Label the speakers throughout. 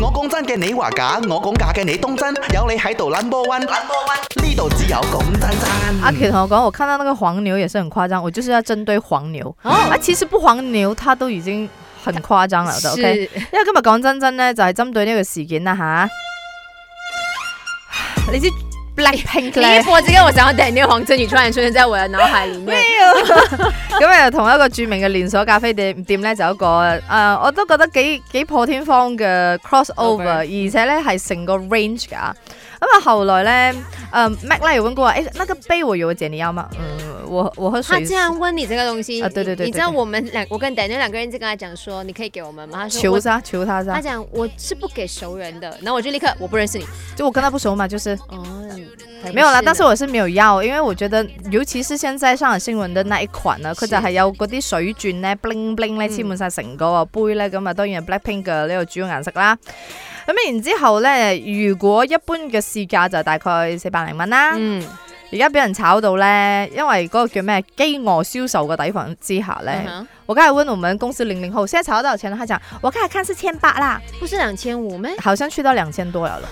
Speaker 1: 我講真嘅你話假，我講假嘅你當真，有你喺度 number one，number one 呢度只有講真真。
Speaker 2: 阿 K 同我讲，我看到那个黄牛也是很夸张，我就是要针对黄牛。啊，其实不黃牛，他都已經很誇張啦，
Speaker 3: 是
Speaker 2: 就 OK。因為今日講真真咧，就係針對呢個事件啦吓。你知 Blackpink
Speaker 3: 你一
Speaker 2: 咧，
Speaker 3: 播这个，我想要 Daniel 黄振宇突然出现在我的脑海里面。
Speaker 2: 咁又同一個著名嘅連鎖咖啡店店咧，就有一個诶、呃我都覺得幾幾破天荒嘅 crossover，而
Speaker 3: Over
Speaker 2: 且咧係成個 range 㗎。咁啊，後來咧，诶、Mac 咧有問過話，誒、那個杯我有姐你要嗎？嗯，我我喝
Speaker 3: 他
Speaker 2: 水
Speaker 3: 竟。然问你这个东西
Speaker 2: 啊对对对
Speaker 3: 你你知道我们两，我跟 Daniel 两个人一直跟他讲说，你可以给我们吗？他 说
Speaker 2: 求
Speaker 3: 我，啊
Speaker 2: 他，求他
Speaker 3: 他
Speaker 2: 噻，
Speaker 3: 讲我是不给熟人的，然后我就立刻我不认识你。
Speaker 2: 就我跟他不熟嘛，就是。
Speaker 3: 哦，
Speaker 2: 嗯没有啦，但是
Speaker 3: 我
Speaker 2: 我是没有要，因为我觉得，尤其是現在上海新聞的那一款啊，佢
Speaker 3: 是
Speaker 2: 就係有嗰啲水鑽咧，bling bling 咧，
Speaker 3: 嗯
Speaker 2: 黐滿晒成個杯咧，咁啊，當然係 Blackpink 嘅呢個主要顏色啦。咁然之後咧，如果一般嘅市價就大概四百零蚊啦，
Speaker 3: 嗯
Speaker 2: 而家俾人炒到咧，因為嗰個叫咩飢餓銷售嘅底況之下咧，
Speaker 3: 嗯哼
Speaker 2: 我剛才問我們公司零零後，現在炒到多少錢呢？他講我看看是千八啦，
Speaker 3: 不是两千五咩？
Speaker 2: 好像去到兩千多了了，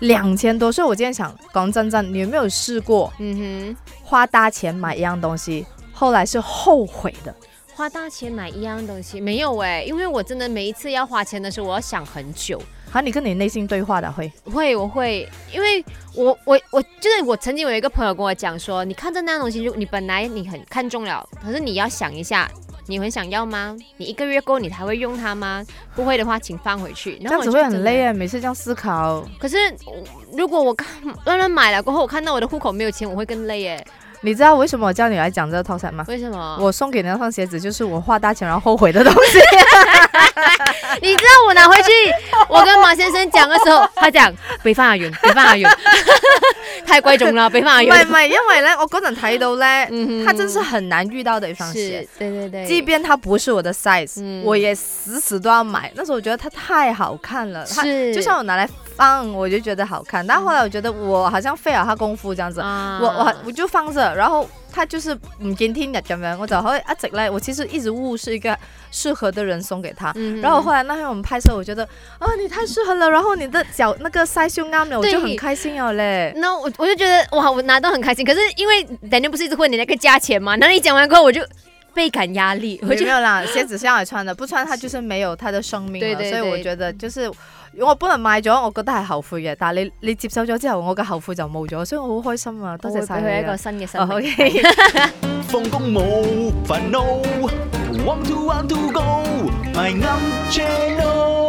Speaker 2: 兩千多，所以我今天想講真真，你有沒有試過？
Speaker 3: 嗯
Speaker 2: 花大钱买一样东西，后来是后悔的。
Speaker 3: 哼，花大钱买一样东西没有哎、因为我真的每一次要花钱的时候，我要想很久。
Speaker 2: 好，啊你跟你内心对话的会，
Speaker 3: 会，我会，因为我我我就是我曾经有一个朋友跟我讲说，你看着那样东西，就你本来你很看中了，可是你要想一下，你很想要吗？你一个月过后你才会用它吗？不会的话，请放回去。
Speaker 2: 这
Speaker 3: 然
Speaker 2: 样
Speaker 3: 后我
Speaker 2: 子
Speaker 3: 就
Speaker 2: 会
Speaker 3: 真
Speaker 2: 很
Speaker 3: 的
Speaker 2: 累。啊，每次这样思考。
Speaker 3: 可是我如果我看乱乱买了过后，我看到我的户口没有钱，我会更累耶。
Speaker 2: 你知道为什么我叫你来讲这个套餐 吗？
Speaker 3: 为什么？
Speaker 2: 我送给你那双鞋子，就是我花大钱然后后悔的东西。
Speaker 3: 你知道我拿回去，我跟马先生讲的时候，他讲北方阿远，北方阿远， 太贵重了，北方阿
Speaker 2: 唔系
Speaker 3: 远
Speaker 2: 唔。系，因为呢，我嗰阵睇到呢，
Speaker 3: 嗯哼
Speaker 2: 它真是很难遇到的一双鞋
Speaker 3: 是，，对对对，
Speaker 2: 即便它不是我的 size，、
Speaker 3: 哎嗯
Speaker 2: 我也死死都要买。那时候我觉得它太好看了，它
Speaker 3: 是
Speaker 2: 就算我拿来放，我就觉得好看。但后来我觉得我好像费了它功夫这样子，
Speaker 3: 啊
Speaker 2: 我我我就放着，然后它就是唔见天日咁样，我就可以一直咧，我其实一直物是一个适合的人送给他。
Speaker 3: 嗯
Speaker 2: 然后后来那天我们拍摄，我觉得啊你太适合了，然后你的脚那个腮胸啱了，我
Speaker 3: 对
Speaker 2: 就很开心了嘞。
Speaker 3: 那我我就觉得哇，我拿到很开心。可是因为感觉不是一直问你那个价钱嘛，然后你讲完过后，我就倍感压力，我
Speaker 2: 我就
Speaker 3: 就
Speaker 2: 没有啦，鞋子是要来穿的，不穿它就是没有它的生命
Speaker 3: 对
Speaker 2: 了。
Speaker 3: 对
Speaker 2: 所以我
Speaker 3: 对
Speaker 2: 觉得就是我本來買咗，我覺得係後悔嘅，但係你你接受咗之後，我嘅後悔就冇咗，所以我好開心啊！多謝晒
Speaker 3: 我會俾佢
Speaker 2: 你
Speaker 3: 一個
Speaker 2: 啊。
Speaker 3: 新嘅生
Speaker 2: 哦
Speaker 3: 命。
Speaker 2: ，OK。
Speaker 1: 放工冇煩惱，want to want to go，咪啱 channel。